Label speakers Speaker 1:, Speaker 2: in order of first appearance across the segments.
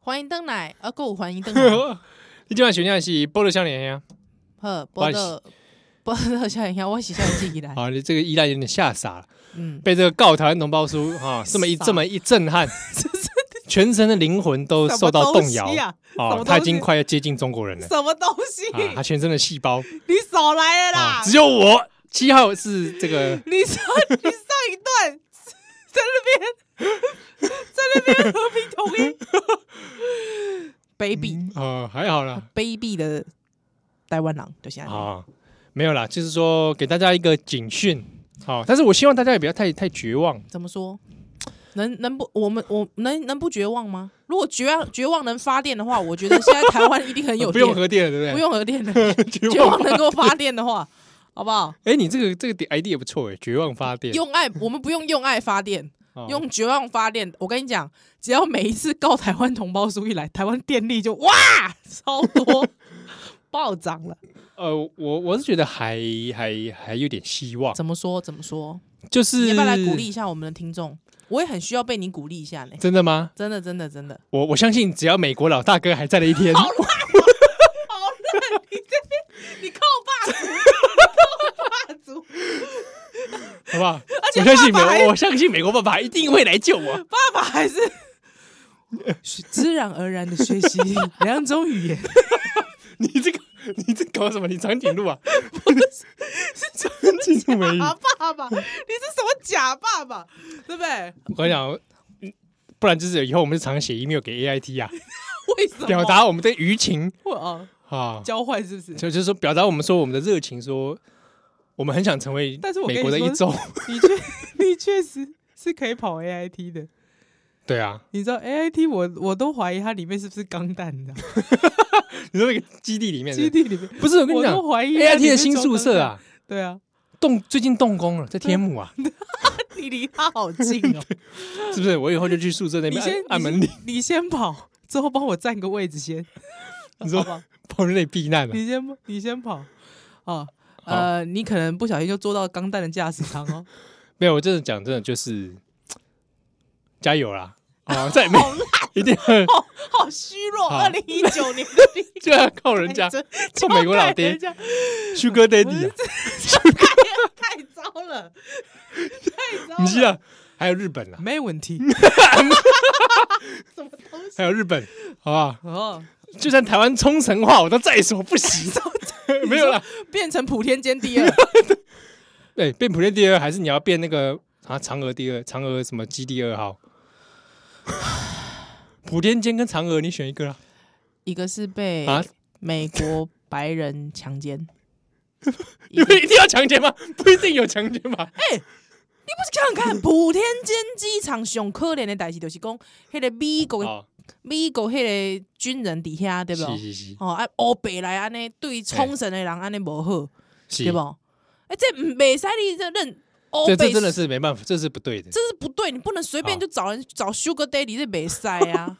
Speaker 1: 欢迎登来，啊，够欢迎登 来。
Speaker 2: 你今晚选项是波罗少年呀？
Speaker 1: 呵，波特，波特笑一下，我喜笑自己来。
Speaker 2: 好，啊你这个依然有点吓傻了，
Speaker 1: 嗯，
Speaker 2: 被这个告台湾同胞书 哈这么一
Speaker 1: 傻
Speaker 2: 这么一 震撼，全身的灵魂都
Speaker 1: 什么
Speaker 2: 受到
Speaker 1: 东
Speaker 2: 动摇
Speaker 1: 西啊什
Speaker 2: 哦
Speaker 1: 么，
Speaker 2: 他已
Speaker 1: 东
Speaker 2: 经
Speaker 1: 西
Speaker 2: 快要接近中国 人了。
Speaker 1: 什么东西？
Speaker 2: 啊，他全身的细胞
Speaker 1: 你少来了啦
Speaker 2: 啊，！只有我七号是这个
Speaker 1: 你上你上一段 在那边在那边和平统嗯一，baby
Speaker 2: 呃，还好啦
Speaker 1: baby 的台湾狼就是这样
Speaker 2: 啊，没有啦，就是说给大家一个警讯，好，但是我希望大家也不要太太绝望，
Speaker 1: 怎么说？能能不我们我能能不绝望吗？如果绝望绝望能发电的话，我觉得现在台湾一定很有
Speaker 2: 不用
Speaker 1: 电
Speaker 2: 核电了，对不对？
Speaker 1: 不 用核电的，绝
Speaker 2: 绝望
Speaker 1: 望。能够发电的 话，好不好？
Speaker 2: 哎，你这个这个点 ID 也不错哎，绝望发电
Speaker 1: 用爱我们不用用爱发 电，
Speaker 2: 哦
Speaker 1: 用绝望发电。我跟你讲，只要每一次告台湾同胞书一来，台湾电力就哇 超 多暴涨了。
Speaker 2: 呃，我我是觉得还还还有点希望，
Speaker 1: 怎么说？怎么说？
Speaker 2: 就是
Speaker 1: 你要不要来鼓励一下我们的听众？我也很需要被你鼓励一下呢。
Speaker 2: 真的吗？
Speaker 1: 真的，真的，真的。
Speaker 2: 我我相信只要美国老大哥还在的 一天，
Speaker 1: 好烂！你这边 你靠霸主，靠霸 主，
Speaker 2: 好不好？
Speaker 1: 且
Speaker 2: 我相信
Speaker 1: 爸爸还
Speaker 2: 美，我相信美国爸爸一定会来救 我。
Speaker 1: 爸爸还是自然而然的学习两种语言。
Speaker 2: 你这个，你这搞什么？你长颈 鹿啊？ 长颈鹿美语。
Speaker 1: 假啊爸爸，你是什么假爸爸？对不对？
Speaker 2: 我跟你讲，嗯不然就是以后我们就常写 email 给 AIT 啊，
Speaker 1: 为什么
Speaker 2: 表达我们的舆情
Speaker 1: 会哦
Speaker 2: 啊，
Speaker 1: 交换是不是？
Speaker 2: 就就是说表达我们说我们的热情，说我们很想成为
Speaker 1: 但是我跟
Speaker 2: 美
Speaker 1: 你
Speaker 2: 国
Speaker 1: 说
Speaker 2: 的一周。
Speaker 1: 你确 你确实是可以跑 AIT 的。
Speaker 2: 对 啊，
Speaker 1: 你知道 AIT 我我都怀疑它里面是不是钢弹，你知道吗？
Speaker 2: 你说那个基地里面的
Speaker 1: 基地里面，
Speaker 2: 不是我跟你
Speaker 1: 我
Speaker 2: 讲
Speaker 1: 都怀疑它里
Speaker 2: ，AIT
Speaker 1: 面
Speaker 2: 的新宿舍啊，
Speaker 1: 装钢弹。对啊，
Speaker 2: 动最近动工了，在天母 啊，
Speaker 1: 你离它好近 哦。
Speaker 2: 是不是？我以后就去宿舍那
Speaker 1: 你
Speaker 2: 边
Speaker 1: 先
Speaker 2: 按按门铃，
Speaker 1: 你先跑，之后帮我占个位置先。
Speaker 2: 你说
Speaker 1: 好吧，
Speaker 2: 跑去那里避难了。
Speaker 1: 你先你先跑。哦，呃，你可能不小心就坐到钢弹的驾驶舱哦。
Speaker 2: 没有，我真的讲真的就是加油 啦！啊，在美一定要
Speaker 1: 好虚弱，
Speaker 2: 好
Speaker 1: 二零一九年的第一
Speaker 2: 就要靠人家
Speaker 1: 真
Speaker 2: 做美国老爹
Speaker 1: 人家
Speaker 2: Sugar Daddy 啊，
Speaker 1: 太糟了，太糟
Speaker 2: 你知
Speaker 1: 了，
Speaker 2: 道？啊还有日本啊，
Speaker 1: 没问题
Speaker 2: 还有日本，好不好？
Speaker 1: 哦，
Speaker 2: 就算台湾冲绳话，我都在所不 惜。没有啦，
Speaker 1: 变成普天间第二，
Speaker 2: 对，变普天第二，还是你要变那个啊嫦娥第二，嫦娥什么基地二号？普天间跟嫦娥，你选一个啦。
Speaker 1: 一个是被
Speaker 2: 啊
Speaker 1: 美国白人强奸，
Speaker 2: 因为一定要强奸吗？不一定有强奸吧？
Speaker 1: 看看普天间机场上可怜的代志，就是讲迄个美国的
Speaker 2: 哦，
Speaker 1: 美国迄个军人底下对不？
Speaker 2: 是是
Speaker 1: 哦，啊，欧北来安尼对冲绳的人安尼无好，
Speaker 2: 是，
Speaker 1: 对不？哎，这唔袂使你这认欧
Speaker 2: 这
Speaker 1: 北
Speaker 2: 这真的是没办法，这是不对的。
Speaker 1: 这是不对，你不能随便
Speaker 2: 好
Speaker 1: 就找人找 Sugar Daddy 这没塞 啊，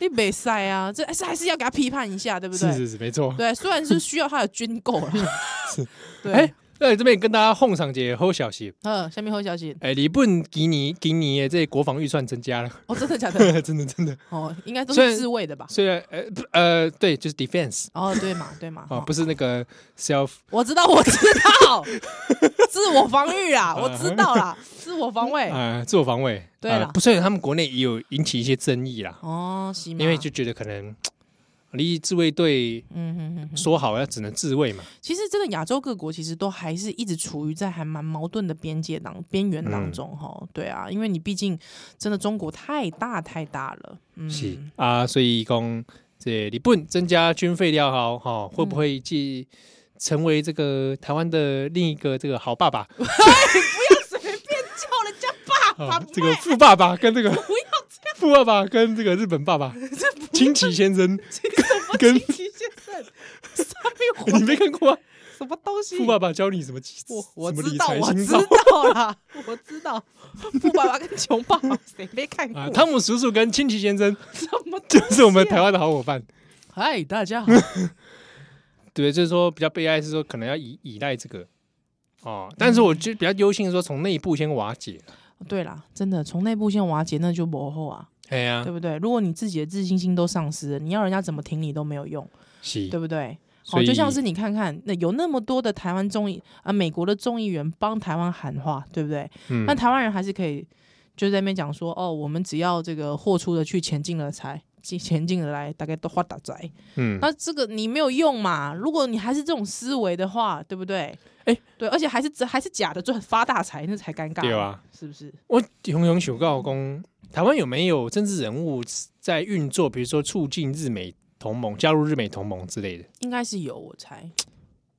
Speaker 1: 你没塞啊，这还是还是要给他批判一下，对不对？
Speaker 2: 是是是，没错。
Speaker 1: 对，虽然是需要他的军购 啦，对，
Speaker 2: 哎，那这边也跟大家哄上节好消息，
Speaker 1: 呃，下面后消息，
Speaker 2: 哎，日本吉尼吉尼的这国防预算增加了，
Speaker 1: 哦，真的假的？
Speaker 2: 真的真的。
Speaker 1: 哦，应该都
Speaker 2: 虽然
Speaker 1: 是自卫的吧？
Speaker 2: 虽然呃不呃对，就是 defense
Speaker 1: 哦，对嘛，对嘛，
Speaker 2: 啊，
Speaker 1: 哦
Speaker 2: 不是那个 self
Speaker 1: 我知道，我知 道，自我防御啦，我知道啦，自我防卫。
Speaker 2: 呃自我防卫。
Speaker 1: 哎对
Speaker 2: 呃
Speaker 1: 啦
Speaker 2: 不，虽然他们国内也有引起一些争议啦，
Speaker 1: 哦，是吗？
Speaker 2: 因为就觉得可能离自卫队
Speaker 1: 嗯哼哼哼，
Speaker 2: 说好要只能自卫嘛，
Speaker 1: 其实真的亚洲各国其实都还是一直处于在还蛮矛盾的边界当边缘当
Speaker 2: 嗯
Speaker 1: 中哈、对啊，因为你毕竟真的中国太大太大了，嗯，
Speaker 2: 是啊，所以讲这日本增加军费料好哈，会不会继成为这个台湾的另一个这个好爸爸？
Speaker 1: 随便 叫人家爸爸，
Speaker 2: 啊，这
Speaker 1: 不
Speaker 2: 个
Speaker 1: 会
Speaker 2: 富爸 爸跟这个富爸爸跟这个日本爸爸清崎先生，
Speaker 1: 这个什么
Speaker 2: 跟
Speaker 1: 亲戚先生，上面
Speaker 2: 你没看过吗？
Speaker 1: 什么东西？
Speaker 2: 富爸爸教你什么技？
Speaker 1: 我我
Speaker 2: 什么
Speaker 1: 知
Speaker 2: 理
Speaker 1: 道，
Speaker 2: 财
Speaker 1: 我
Speaker 2: 新
Speaker 1: 知
Speaker 2: 招
Speaker 1: 道啦， 我知道，富爸爸跟穷爸爸谁没看过？
Speaker 2: 啊？汤姆叔叔跟清崎先生
Speaker 1: 什么东西
Speaker 2: 就
Speaker 1: 啊？
Speaker 2: 是我们台湾的好伙伴。
Speaker 1: 嗨，大 家好，
Speaker 2: 对，就是说比较悲哀是说可能要依依赖这个哦，但是我就比较忧心的说从内部先瓦解了。
Speaker 1: 对啦，真的从内部先瓦解，那就幕后啊，
Speaker 2: 哎呀
Speaker 1: 对，不对？如果你自己的自信心都丧失了，你要人家怎么挺你都没有用，
Speaker 2: 是，
Speaker 1: 对不对？
Speaker 2: 所
Speaker 1: 哦，
Speaker 2: 以
Speaker 1: 就像是你看看，那有那么多的台湾众议啊、美国的众议员帮台湾喊话，对不对？
Speaker 2: 嗯
Speaker 1: 那台湾人还是可以就在那边讲说，哦，我们只要这个豁出的去，前进了才。进前进的来，大概都花打宅。
Speaker 2: 嗯，
Speaker 1: 那这个你没有用嘛？如果你还是这种思维的话，对不对？
Speaker 2: 哎
Speaker 1: 对，而且还是还是假的，赚发大财那才尴尬，
Speaker 2: 对啊，
Speaker 1: 是不是？
Speaker 2: 我永永求告公，台湾有没有政治人物在运作，比如说促进日美同盟、加入日美同盟之类的？
Speaker 1: 应该是有，我猜。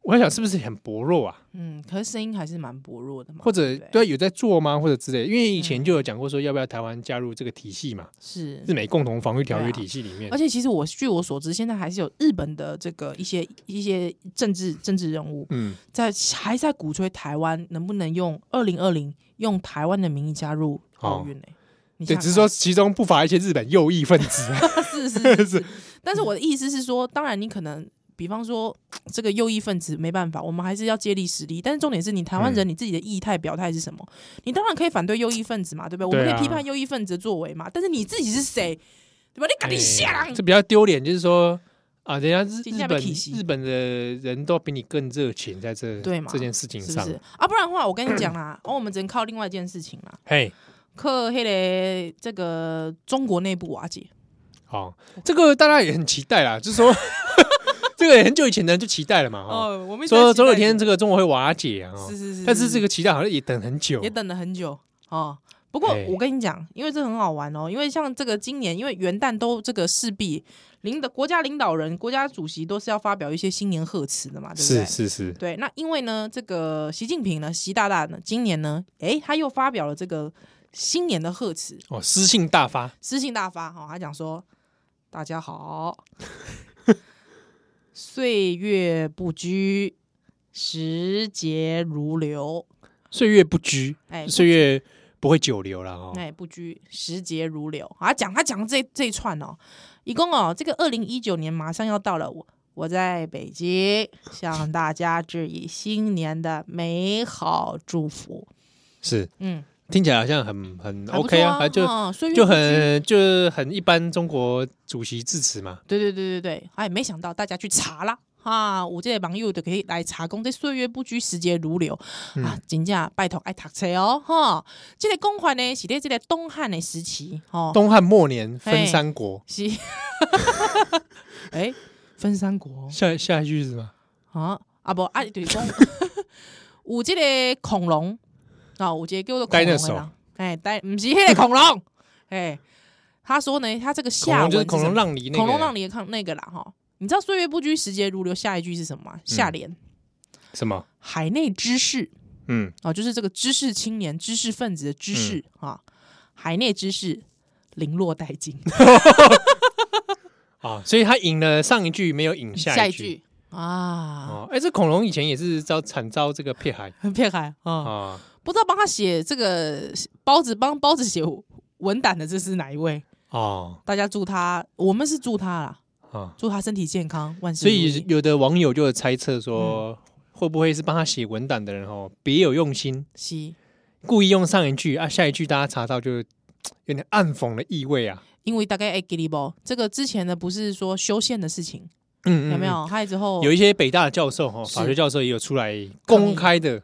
Speaker 2: 我在想是不是很薄弱啊？
Speaker 1: 嗯，可是声音还是蛮薄弱的嘛。
Speaker 2: 或者
Speaker 1: 对不对
Speaker 2: 对有啊在做吗？或者之类的？因为以前就有讲过说，要不要台湾加入这个体系嘛？
Speaker 1: 是
Speaker 2: 日美共同防御条
Speaker 1: 对
Speaker 2: 约
Speaker 1: 啊
Speaker 2: 体系里面
Speaker 1: 而，且其实我据我所知，现在还是有日本的这个一些一些政治政治人物
Speaker 2: 嗯，
Speaker 1: 在还在鼓吹台湾能不能用二零二零用台湾的名义加入奥运呢？你
Speaker 2: 哦对，
Speaker 1: 想啊
Speaker 2: 只是
Speaker 1: 想
Speaker 2: 说其中不乏一些日本右翼分子，
Speaker 1: 看 是是是是，但是我的意思是说，当然你可能。比方说，这个右翼分子没办法，我们还是要借力使力。但是重点是你台
Speaker 2: 嗯
Speaker 1: 湾人你自己的意态表态是什么？你当然可以反对右翼分子嘛，对不对？
Speaker 2: 对啊
Speaker 1: 我们可以批判右翼分子的作为嘛。但是你自己是谁，对吧？你赶紧下
Speaker 2: 哎这比较丢脸，就是说啊，人家日
Speaker 1: 今
Speaker 2: 日
Speaker 1: 天被
Speaker 2: 本
Speaker 1: 提醒
Speaker 2: 日本的人都比你更热情，在这
Speaker 1: 对嘛
Speaker 2: 这件事情
Speaker 1: 是不
Speaker 2: 上，
Speaker 1: 是啊？不然的话，我跟你讲 啦，哦，我们只能靠另外一件事情啦，
Speaker 2: 嘿，
Speaker 1: 靠黑嘞这个中国内部瓦解。
Speaker 2: 好、这个大家也很期待啦，就是 说这个很久以前的人就期待了嘛，哈、
Speaker 1: 哦，我们一直在期待
Speaker 2: 说总有一天这个中国会瓦解啊，
Speaker 1: 着，
Speaker 2: 哦
Speaker 1: 是是是，
Speaker 2: 但是这
Speaker 1: 个
Speaker 2: 个期待好像也等很久
Speaker 1: 也，等了很久哦。不过
Speaker 2: 哎
Speaker 1: 我跟你讲，因为这很好玩哦，因为像这个今年，因为元旦都这个势必领导国家领导人、国家主席都是要发表一些新年贺词的嘛，对不
Speaker 2: 是
Speaker 1: 对？
Speaker 2: 是是，
Speaker 1: 对，那因为呢，这个习近平呢，习大大呢，今年呢，诶，他又发表了这个新年的贺词，
Speaker 2: 哦，私信大发，
Speaker 1: 诗性大发哦哈、他讲说：“大家 好，岁月不居，时节如流。
Speaker 2: 岁月不居，
Speaker 1: 哎，
Speaker 2: 岁月不会久留了哦，
Speaker 1: 哎不居，时节如流。啊，讲他讲这这一串哦，一共哦，这个二零一九年马上要到了，我我在北京向大家致以新年的美好祝福。
Speaker 2: 是
Speaker 1: 嗯
Speaker 2: 听起来好像很很
Speaker 1: 还不
Speaker 2: OK
Speaker 1: 错
Speaker 2: 啊，还就
Speaker 1: 嗯岁月
Speaker 2: 就
Speaker 1: 不居
Speaker 2: 很就很一般，中国主席致辞嘛，
Speaker 1: 对对对对对，哎，没想到大家去查啦。啊，我这个网友就可以来查讲，这岁月不居，时节如流、
Speaker 2: 嗯
Speaker 1: 啊！真正拜托爱读册哦，哈！这个讲法呢是在这个东汉的时期，哦，
Speaker 2: 东汉末年分
Speaker 1: 嘿
Speaker 2: 三国，
Speaker 1: 是， 哎、分三国
Speaker 2: 哎下下一句是什么？
Speaker 1: 啊啊不啊，对讲 有这个恐龙啊，有一个叫做恐龙的
Speaker 2: Dinosaur
Speaker 1: 啦，哎，但不是那个恐龙，哎，他说呢，他这个
Speaker 2: 恐
Speaker 1: 下
Speaker 2: 龙
Speaker 1: 文
Speaker 2: 就
Speaker 1: 什
Speaker 2: 是恐龙
Speaker 1: 么
Speaker 2: 让梨那个，
Speaker 1: 恐龙让你也看那个啦哈。你知道“岁月不居，时节如流”下一句是什么
Speaker 2: 嗯
Speaker 1: 吗？下联、
Speaker 2: 什么？
Speaker 1: 海内知识
Speaker 2: 嗯，
Speaker 1: 啊、哦，就是这个知识青年、知识分子的知识啊、海内知识零落殆尽。
Speaker 2: 啊，所以他赢了上一句，没有赢 下
Speaker 1: 下
Speaker 2: 一
Speaker 1: 一
Speaker 2: 句。
Speaker 1: 句啊，
Speaker 2: 哦，哎、这恐龙以前也是遭惨遭这个迫害
Speaker 1: 很撇开啊，
Speaker 2: 啊，
Speaker 1: 不知道帮他写这个包子帮包子写文胆的这是哪一位？
Speaker 2: 哦
Speaker 1: 大家祝他，我们是祝他啦，
Speaker 2: 啊，
Speaker 1: 祝他身体健康，万事
Speaker 2: 所
Speaker 1: 如意。
Speaker 2: 以有的网友就有猜测
Speaker 1: 嗯
Speaker 2: 说，会不会是帮他写文档的人哦，别有用心，
Speaker 1: 是
Speaker 2: 故意用上一句啊，下一句大家查到就嘖有点暗讽的意味啊，
Speaker 1: 因为大概哎，给你包这个之前的不是说修宪的事情
Speaker 2: 嗯
Speaker 1: 有没？有？还有之后
Speaker 2: 有一些北大的教授哈，
Speaker 1: 哦是
Speaker 2: 法学教授也有出来公开的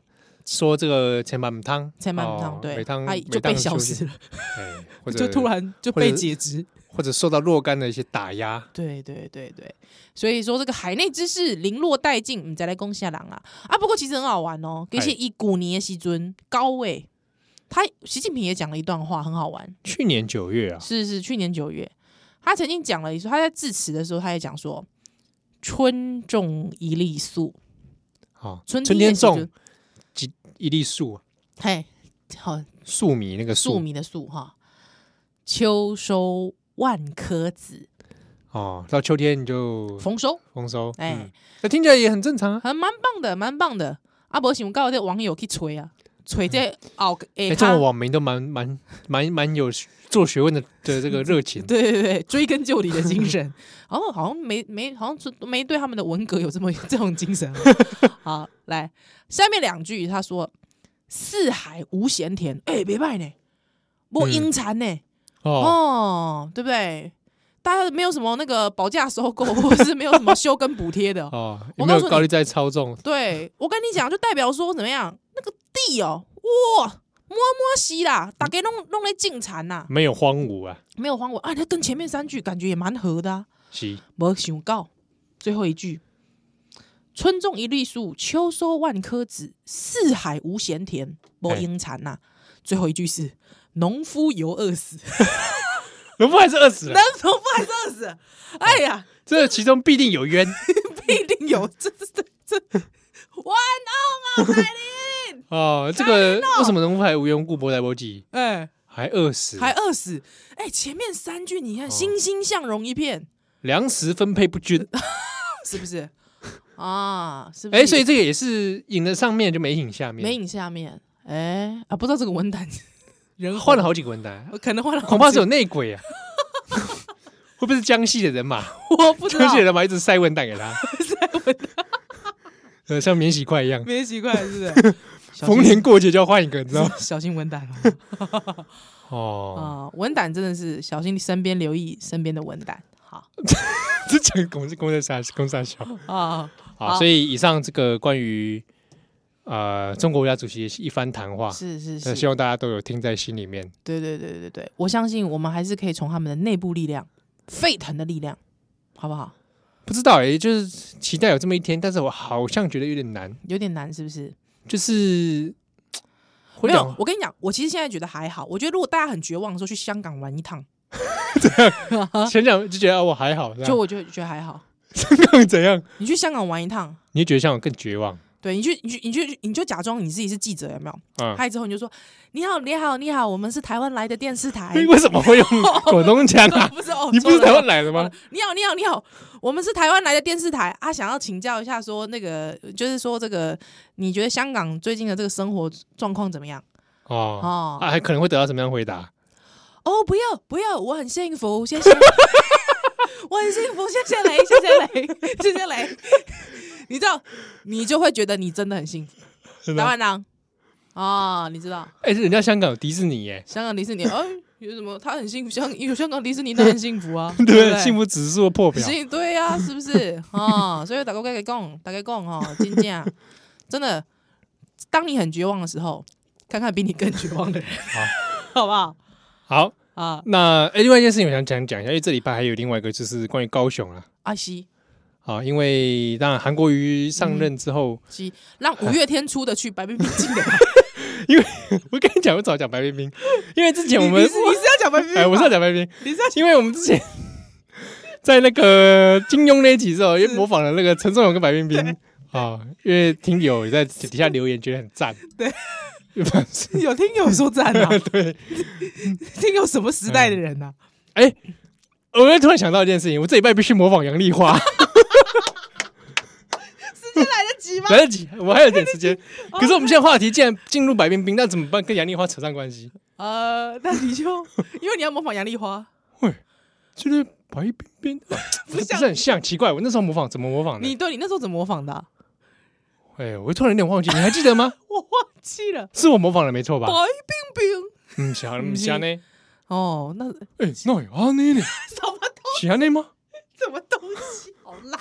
Speaker 2: 说这个钱满汤，
Speaker 1: 才满堂、
Speaker 2: 哦
Speaker 1: 对，
Speaker 2: 每汤
Speaker 1: 他
Speaker 2: 每
Speaker 1: 就被
Speaker 2: 当
Speaker 1: 消
Speaker 2: 休息
Speaker 1: 失了，
Speaker 2: 哎，或者
Speaker 1: 就突然就
Speaker 2: 或者
Speaker 1: 被解职。
Speaker 2: 或者受到若干的一些打压，
Speaker 1: 对对对对，所以说这个海内之势零落殆尽，你再来攻下狼啊啊！不过其实很好玩哦，而且以古尼的西尊高位，他习近平也讲了一段话，很好玩，
Speaker 2: 去年九月啊，
Speaker 1: 是是去年九月，他曾经讲了一说，他在致辞的时候，他也讲说：“春种一粒粟，
Speaker 2: 啊，
Speaker 1: 春
Speaker 2: 春
Speaker 1: 天
Speaker 2: 天
Speaker 1: 的时候
Speaker 2: 种几一粒粟啊，
Speaker 1: 嘿，好
Speaker 2: 粟米那个
Speaker 1: 粟
Speaker 2: 粟
Speaker 1: 米的粟哈，秋收万颗子，
Speaker 2: 哦，到秋天你就
Speaker 1: 丰收。”
Speaker 2: 丰收，
Speaker 1: 哎
Speaker 2: 嗯，那听起来也很正常啊。
Speaker 1: 还蛮棒的，蛮棒的。啊，伯行，我告诉网友去吹啊，吹这熬
Speaker 2: 哎、
Speaker 1: 诶，
Speaker 2: 中国
Speaker 1: 看
Speaker 2: 网民都蛮蛮蛮蛮有做学问的的这个热 情，
Speaker 1: 对对对，追根究底的精神。哦，好像没没，好像没对他们的文革有这么 这种精神啊。好，来下面两句，他说：“四海无闲田。”哎，别拜呢，无
Speaker 2: 嗯
Speaker 1: 阴残呢，
Speaker 2: 哦，
Speaker 1: 哦，对不对？大家没有什么那个保价收购，或者是没有什么 休耕补贴的。
Speaker 2: 哦，
Speaker 1: 我
Speaker 2: 有没
Speaker 1: 告诉
Speaker 2: 有
Speaker 1: 你
Speaker 2: 高利贷操纵？
Speaker 1: 对我跟你讲，就代表说怎么样，那个地哦，哇，摸摸西啦，大家弄弄来进产呐，
Speaker 2: 没有荒芜啊，
Speaker 1: 没有荒芜啊，那跟前面三句感觉也蛮合的啊。
Speaker 2: 是
Speaker 1: 没想到最后一句，春种一粒粟，秋收万颗子，四海无闲田，没
Speaker 2: 哎
Speaker 1: 阴产呐。最后一句是农夫犹饿死，
Speaker 2: 农夫还是饿死了，
Speaker 1: 农夫还是饿死。哎呀，
Speaker 2: 这其中必定有 冤。
Speaker 1: 必定有，这这这这， 万恶啊，百灵，
Speaker 2: 哦，这个为什么农夫还无缘无故博来博去，
Speaker 1: 哎，
Speaker 2: 还饿死？
Speaker 1: 还饿死，哎，前面三句你看，欣欣向荣一片，
Speaker 2: 粮食分配不 均，
Speaker 1: 是不 是？啊，是不是？
Speaker 2: 哦哎，所以这个也是引了上面就没引下面，
Speaker 1: 没影下面，哎啊，不知道这个文胆人
Speaker 2: 换了
Speaker 1: 好，
Speaker 2: 好几个文单，
Speaker 1: 可能换了好几，
Speaker 2: 恐怕是有内鬼啊。 会不会是江西的人 马？
Speaker 1: 我不知
Speaker 2: 江
Speaker 1: 道
Speaker 2: 西，的人马一直塞文档给他，塞文档， 呃，像免洗筷一样，
Speaker 1: 没奇怪，是不是？小心
Speaker 2: 逢年过节就要换一个，你知道吗？
Speaker 1: 小心文胆
Speaker 2: 哦，
Speaker 1: 啊，文胆真的是小心，身边留意身边的文胆，好
Speaker 2: 这讲公是公在傻公傻笑
Speaker 1: 啊，
Speaker 2: 好，所以以上这个关于呃中国国家主席一番谈话，
Speaker 1: 是是
Speaker 2: 呃
Speaker 1: 是，
Speaker 2: 希望大家都有听在心里面。
Speaker 1: 对对对对对，我相信我们还是可以从他们的内部力量、沸腾的力量，好不好？
Speaker 2: 不知道哎、就是期待有这么一天，但是我好像觉得有点难，
Speaker 1: 有点难，是不是？
Speaker 2: 就是会
Speaker 1: 没有
Speaker 2: 讲，
Speaker 1: 我跟你讲，我其实现在觉得还好。我觉得如果大家很绝望的时候去香港玩一趟，
Speaker 2: 前两就觉得、啊我还好，
Speaker 1: 就
Speaker 2: 就
Speaker 1: 我就觉得还好。
Speaker 2: 怎样，
Speaker 1: 你去香港玩一趟，
Speaker 2: 你就觉得像我更绝望
Speaker 1: 对你去你去你去你就假装你自己是记者，有没有？
Speaker 2: 啊？
Speaker 1: 拍之后你就说：“你好，你好，你好，我们是台湾来的电视 台。
Speaker 2: 哎为什么会用广东腔 啊？
Speaker 1: 不是哦，
Speaker 2: 你不是
Speaker 1: 错了
Speaker 2: 台湾来的吗？
Speaker 1: 你好，你好，你好，我们是台湾来的电视台啊，想要请教一下，说那个就是说这个，你觉得香港最近的这个生活状况怎么样？
Speaker 2: 哦，
Speaker 1: 哦
Speaker 2: 啊，还可能会得到什么样的回答？
Speaker 1: 哦，不要不要，我很幸福，谢 谢，我很幸福，谢谢雷，谢谢雷，谢谢雷，你知道，你就会觉得你真的很幸福，
Speaker 2: 真的
Speaker 1: 台
Speaker 2: 啊？
Speaker 1: 湾郎啊、你知道
Speaker 2: 哎、人家香港有迪士尼耶、
Speaker 1: 香港迪士尼，嗯，有什么？他很幸福，香有香港迪士尼，他很幸福啊，
Speaker 2: 对 不
Speaker 1: 对不
Speaker 2: 对？
Speaker 1: 对？
Speaker 2: 幸福指数破表，
Speaker 1: 是，对呀、是不是？哦，所以大家跟你讲，大家讲哦，真正真的，当你很绝望的时候，看看比你更绝望的人，好不好？
Speaker 2: 好。
Speaker 1: 啊，
Speaker 2: 那哎、另外一件事情我想讲讲一下，因为这礼拜还有另外一个就是关于高雄啊，
Speaker 1: 阿西
Speaker 2: 啊，因为当然韩国瑜上任之后，
Speaker 1: 西，让五月天出得去，白冰冰进 得来。
Speaker 2: 我跟你讲，我早讲白冰冰，因为之前我们
Speaker 1: 你是你是要讲白冰冰
Speaker 2: 哎，我
Speaker 1: 吗？
Speaker 2: 是要讲白冰冰，
Speaker 1: 你是要
Speaker 2: 因为我们之前 在那个金庸那一集的时候，也模仿了那个陈松勇跟白冰冰啊，因为听友也在底下留言觉得很 赞，
Speaker 1: 对，
Speaker 2: 是
Speaker 1: 有听友说赞 啊？
Speaker 2: 对，
Speaker 1: 听友什么时代的人啊 呢、
Speaker 2: 我又突然想到一件事情，我这礼拜必须模仿杨丽 花，
Speaker 1: 时间来得及吗？
Speaker 2: 来得及，我还有点时 间，可是我们现在话题竟然进入白冰冰，那怎么办？跟杨丽花扯上关系？
Speaker 1: 呃，那你 就因为你要模仿杨丽花，
Speaker 2: 就是白冰冰，啊 不是不是很像，奇怪，我那时候模仿怎么模仿
Speaker 1: 你
Speaker 2: 的？
Speaker 1: 对你那时候怎么模仿的啊、
Speaker 2: 哎，我突然有点忘记，你还记得吗？
Speaker 1: 我忘记了。
Speaker 2: 是我模仿的没错
Speaker 1: 白
Speaker 2: 吧？
Speaker 1: 冰冰
Speaker 2: 嗯，想
Speaker 1: 嗯
Speaker 2: 嗯想呢？
Speaker 1: 哦，那
Speaker 2: 哎，那有啊呢呢？
Speaker 1: 什么东
Speaker 2: 喜欢那吗？
Speaker 1: 什么东西，好烂！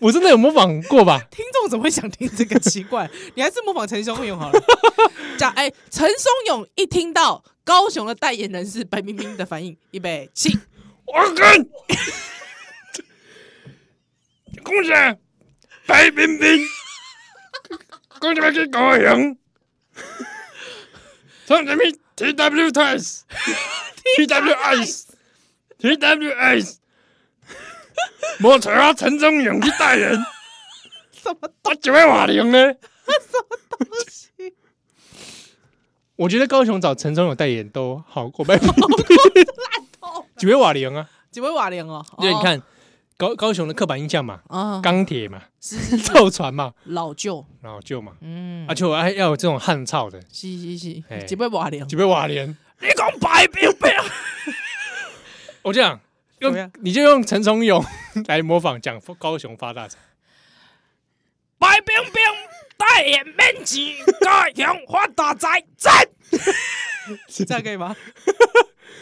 Speaker 2: 我真的有模仿过吧？
Speaker 1: 听众怎么会想听这个？奇 怪，你还是模仿陈松勇好了。 讲哎，陈松勇一听到高雄的代言人是白冰冰的反应，预备起，
Speaker 2: 我跟，公仔白冰冰，公仔去高雄，从什么 T W Twice，T W Ice，T W Ice，摩 뭐,托啊陈忠勇去带人，
Speaker 1: 什么
Speaker 2: 我就会瓦零 呢。
Speaker 1: 东西？
Speaker 2: 我觉得高雄找陈忠勇代言都 好过白冰冰，
Speaker 1: 哦，
Speaker 2: 几位瓦零啊？
Speaker 1: 几位瓦良哦？
Speaker 2: 对，你看高高雄的刻板印象嘛，
Speaker 1: 啊，
Speaker 2: 钢铁嘛，
Speaker 1: 是 是是
Speaker 2: 造船嘛，
Speaker 1: 老旧，
Speaker 2: 然后就嘛，
Speaker 1: 嗯
Speaker 2: 而，且我还要有这种汉操的，
Speaker 1: 是是
Speaker 2: 哎
Speaker 1: 是，几位瓦良
Speaker 2: 几，杯瓦莲，你讲白冰冰，我这样
Speaker 1: 怎么样
Speaker 2: 用你就用陈松勇来模仿讲高雄发大财，白冰冰代言面积高雄发大财，赞，
Speaker 1: 这样可以吗？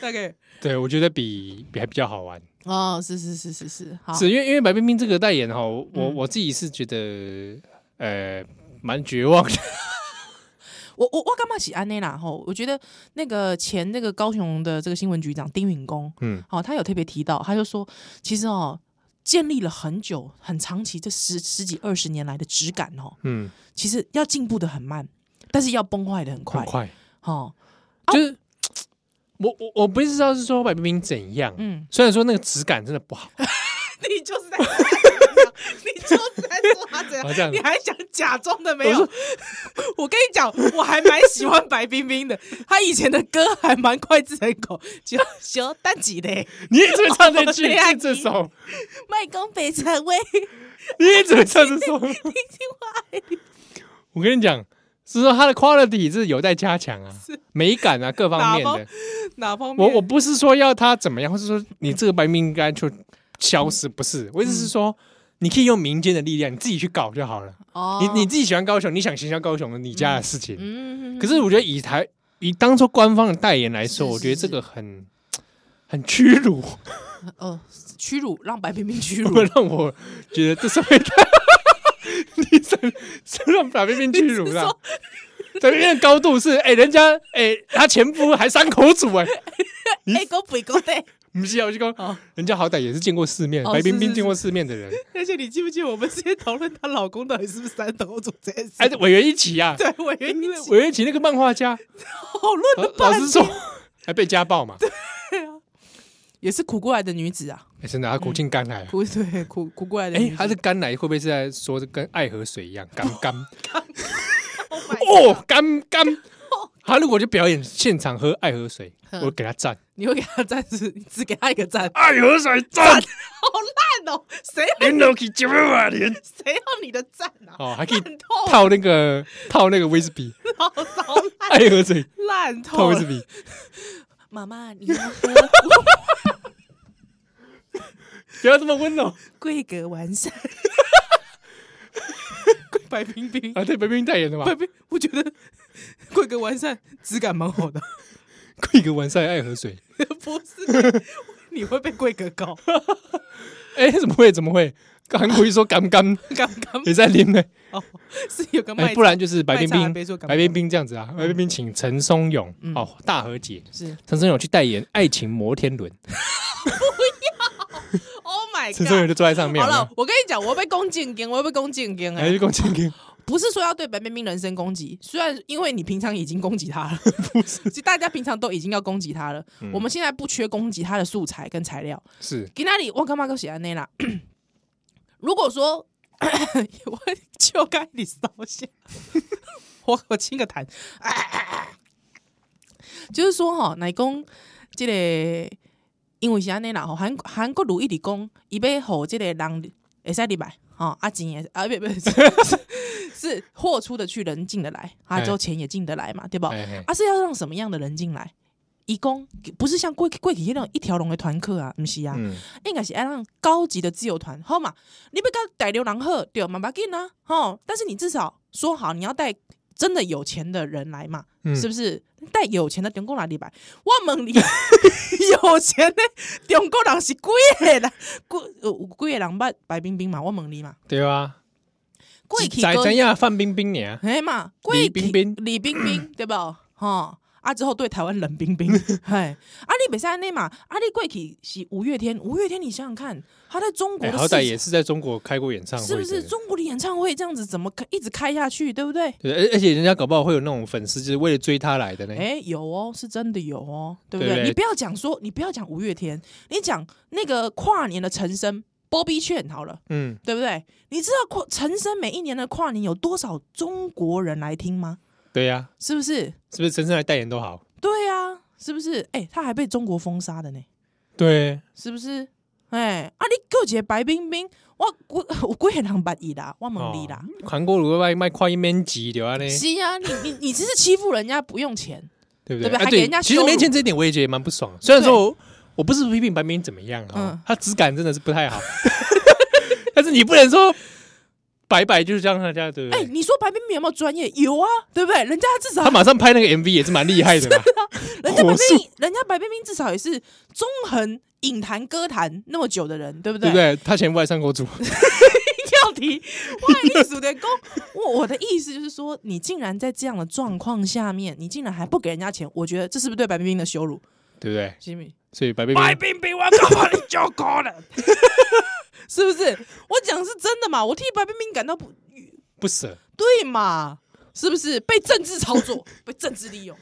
Speaker 1: 大概
Speaker 2: 对我觉得比比还比较好玩。
Speaker 1: 哦，是是是是是，好，
Speaker 2: 是因为因为白冰冰这个代言哈，我
Speaker 1: 嗯
Speaker 2: 我自己是觉得呃蛮绝望的。
Speaker 1: 我我我干嘛喜安内啦？吼，我觉得那个前那个高雄的这个新闻局长丁允恭，
Speaker 2: 嗯，
Speaker 1: 哦，他有特别提到，他就说，其实哦，建立了很久、很长期这十十几二十年来的质感哦，
Speaker 2: 嗯，
Speaker 1: 其实要进步的很慢，但是要崩坏的很
Speaker 2: 很
Speaker 1: 快，
Speaker 2: 快，
Speaker 1: 哦，
Speaker 2: 就是、我我我不知道是说白冰冰怎样，
Speaker 1: 嗯，
Speaker 2: 虽然说那个质感真的不好，
Speaker 1: 你就是在说他怎样，你就是在说他怎
Speaker 2: 啊这样
Speaker 1: 你还想假装的没
Speaker 2: 我
Speaker 1: 有？
Speaker 2: 说
Speaker 1: 我跟你讲，我还蛮喜欢白冰冰的，她以前的歌还蛮脍炙人口， 就小单几嘞，
Speaker 2: 你也只会唱这句，
Speaker 1: 对啊
Speaker 2: 是这首，
Speaker 1: 麦公北城威，
Speaker 2: 你也只会唱这首。我跟你讲，是说它的 quality 是有待加强啊，美感啊各方面
Speaker 1: 哪
Speaker 2: 的
Speaker 1: 方。哪方面？
Speaker 2: 我我不是说要它怎么样，或是说你这个白冰应该就消失，不
Speaker 1: 嗯
Speaker 2: 是。我意思是说，你可以用民间的力量，你自己去搞就好了。
Speaker 1: 哦
Speaker 2: 你你自己喜欢高雄，你想行销高雄你家的事情。
Speaker 1: 嗯
Speaker 2: 可是我觉得以台以当初官方的代言来说，
Speaker 1: 是
Speaker 2: 我觉得
Speaker 1: 是
Speaker 2: 这个很很屈辱，
Speaker 1: 呃，屈辱让白冰冰屈辱，
Speaker 2: 会让我觉得这社 会太。你怎怎让白冰冰屈辱
Speaker 1: 是
Speaker 2: 了？
Speaker 1: 说
Speaker 2: 对，因为高度是，哎、人家，哎、他前夫还三口组、哎，
Speaker 1: 哎，狗北狗对，
Speaker 2: 不是啊，我就
Speaker 1: 哦
Speaker 2: 讲，人家好歹也是见过世面，
Speaker 1: 哦
Speaker 2: 白冰
Speaker 1: 是
Speaker 2: 冰
Speaker 1: 是
Speaker 2: 见过世面的人，
Speaker 1: 而且你记不记得我们之前讨论她老公到底是不是三头组这件事？
Speaker 2: 哎、委员一起啊，
Speaker 1: 对，我愿意
Speaker 2: 委员一起那个漫 画家，
Speaker 1: 讨论
Speaker 2: 老
Speaker 1: 了
Speaker 2: 老
Speaker 1: 半
Speaker 2: 实说，还被家暴嘛，
Speaker 1: 也是苦过来的女子啊，
Speaker 2: 哎真的，他苦尽甘来啊。
Speaker 1: 苦对苦苦过来的
Speaker 2: 哎、
Speaker 1: 女子，
Speaker 2: 他是甘来，会不会是在说这跟爱河水一样干 干？
Speaker 1: 哦哎
Speaker 2: 哦，，干干。他如果就表演现场喝爱河水，
Speaker 1: 嗯
Speaker 2: 我给他赞，
Speaker 1: 你会给她赞是，你只给她一个赞，
Speaker 2: 爱河水赞，
Speaker 1: 好烂哦，谁
Speaker 2: 连都去九百万连。
Speaker 1: 谁要你的赞啊？
Speaker 2: 哦，还可以
Speaker 1: 烂透了，
Speaker 2: 套那个套那个威士忌，
Speaker 1: 好好烂
Speaker 2: 爱河水
Speaker 1: 烂
Speaker 2: 套
Speaker 1: 透
Speaker 2: 威士
Speaker 1: 了。
Speaker 2: 忌。
Speaker 1: 妈妈，你要喝
Speaker 2: 不要这么温柔
Speaker 1: 贵格完善， 白冰冰
Speaker 2: 啊！对，白冰冰代言的嘛
Speaker 1: 白，冰，我觉得贵格完善质感蛮好的，
Speaker 2: 贵格完善爱河水。
Speaker 1: 不是你会被贵格搞，
Speaker 2: 哎，怎么会？怎么会？韩国一说干干
Speaker 1: 刚刚
Speaker 2: 也在拎呢，
Speaker 1: 哦是有 个卖
Speaker 2: 哎，
Speaker 1: 场，
Speaker 2: 不然就是白
Speaker 1: 卖
Speaker 2: 冰
Speaker 1: 茶还
Speaker 2: 冰
Speaker 1: 别说，干
Speaker 2: 白冰冰这样子啊，白冰冰请陈松勇
Speaker 1: 嗯
Speaker 2: 哦大和解，
Speaker 1: 是
Speaker 2: 陈松勇去代言爱情摩天轮，
Speaker 1: Oh my
Speaker 2: 陈松勇
Speaker 1: God。
Speaker 2: 就坐在上面，
Speaker 1: 好
Speaker 2: 有
Speaker 1: 了
Speaker 2: 没，
Speaker 1: 我跟你讲，我要被攻进跟，我要被攻进跟
Speaker 2: 有
Speaker 1: 哎
Speaker 2: 哎，，共 青天，
Speaker 1: 不是说要对白冰冰人身攻击，虽然因为你平常已经攻击他了， 其实大家平常都已经要攻击他了，我们现在不缺攻击他的素材跟材料，
Speaker 2: 是
Speaker 1: 今仔日我感觉够是安尼啦。 如果说 我就该你烧下， 我我清个痰， 就是说哈，乃讲这个，因为是安尼啦，吼韩韩国如一直讲，伊要吼这个人会使入来，吼啊钱也啊不不是 是货出得去，人进得来，啊之后钱也进得来嘛，对吧？
Speaker 2: 哎哎
Speaker 1: 啊，是要让什么样的人进来？义工不是像贵贵企那种一条龙的团客啊，不是啊，
Speaker 2: 嗯，
Speaker 1: 应该是要让高级的自由团，好嘛？你不跟带流浪客对嘛？把劲啊，哦，但是你至少说好你要带真的有钱的人来嘛，
Speaker 2: 嗯
Speaker 1: 是不是？带有钱的中国哪里来？我 问你，有钱的中国人是几个人？几有有几个人捌白冰冰嘛？我问你嘛，
Speaker 2: 对啊，
Speaker 1: 过去
Speaker 2: 在
Speaker 1: 跟
Speaker 2: 怎样范冰冰呢？
Speaker 1: 哎嘛，过
Speaker 2: 李
Speaker 1: 去
Speaker 2: 冰冰
Speaker 1: 李冰 冰对不？吼、啊之后对台湾冷冰 冰，嘿，啊你袂使安尼嘛，啊你过去是五月天，五月天你想想看，他在中国
Speaker 2: 哎，
Speaker 1: 的
Speaker 2: 好歹
Speaker 1: 市
Speaker 2: 也是在中国开过演唱会
Speaker 1: 是
Speaker 2: 的，
Speaker 1: 不是中国的演唱会这样子怎么开一直开下去，对不对？
Speaker 2: 对，而而且人家搞不好会有那种粉丝，就是为了追他来的呢。
Speaker 1: 哎、有哦，是真的有哦，对不
Speaker 2: 对
Speaker 1: 对？
Speaker 2: 不对
Speaker 1: 你不要讲说，你不要讲五月天，你讲那个跨年的陈升 Bobby 券好了，
Speaker 2: 嗯，
Speaker 1: 对不对？你知道跨陈升每一年的跨年有多少中国人来听吗？
Speaker 2: 对呀，
Speaker 1: 是不是？
Speaker 2: 是不是陈升来代言都好？
Speaker 1: 对啊，是不是？哎、他还被中国封杀的呢，
Speaker 2: 对，
Speaker 1: 是不是？哎、啊，你给我一个白冰冰，我我我贵人捌伊啦，我问你啦。
Speaker 2: 哦韩国如果卖卖跨一面级对吧？呢，
Speaker 1: 是啊，你你你只是欺负人家不用钱，
Speaker 2: 对不
Speaker 1: 对不对还
Speaker 2: 啊
Speaker 1: 给人家
Speaker 2: 其
Speaker 1: 羞
Speaker 2: 实
Speaker 1: 辱
Speaker 2: 没钱这一点我也觉得蛮不爽。虽然说我我不是批评白冰冰怎么样哈啊
Speaker 1: 嗯，
Speaker 2: 他质感真的是不太好，但是你不能说白白就是这样，大家对不
Speaker 1: 哎、
Speaker 2: 对？
Speaker 1: 你说白冰冰有没有专业？有啊，对不对？人家至少
Speaker 2: 他马上拍那个 MV 也是蛮厉害的啦，
Speaker 1: 人家白
Speaker 2: 火
Speaker 1: 冰
Speaker 2: 速
Speaker 1: 冰，人家白冰冰至少也是中横影坛歌坛那么久的人， 对不对？
Speaker 2: 对不对？他前外上国主，
Speaker 1: 跳题，外力数的功。 我我的意思就是说，你竟然在这样的状况下面，你竟然还不给人家钱，我觉得这是不是对白冰冰的羞辱？
Speaker 2: 对不对？
Speaker 1: 吉米，
Speaker 2: 所以白冰
Speaker 1: 白
Speaker 2: 冰
Speaker 1: 冰冰，我要把你叫高了， 是不是？我讲的是真的嘛？我替白冰冰感到不
Speaker 2: 不舍，
Speaker 1: 对嘛？是不是被政治操 作，被政治利用？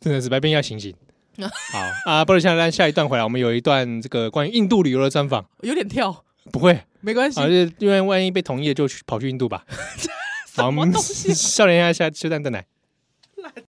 Speaker 2: 真的是白冰冰 要醒醒。好啊，不如下来下一段回来，我们有一段这个关于印度旅游的专访，
Speaker 1: 有点跳，
Speaker 2: 不会
Speaker 1: 没关系
Speaker 2: 啊，，就是因为万一被 同意了就去跑去印度吧。
Speaker 1: 什么东西啊
Speaker 2: 笑脸下下修蛋蛋奶。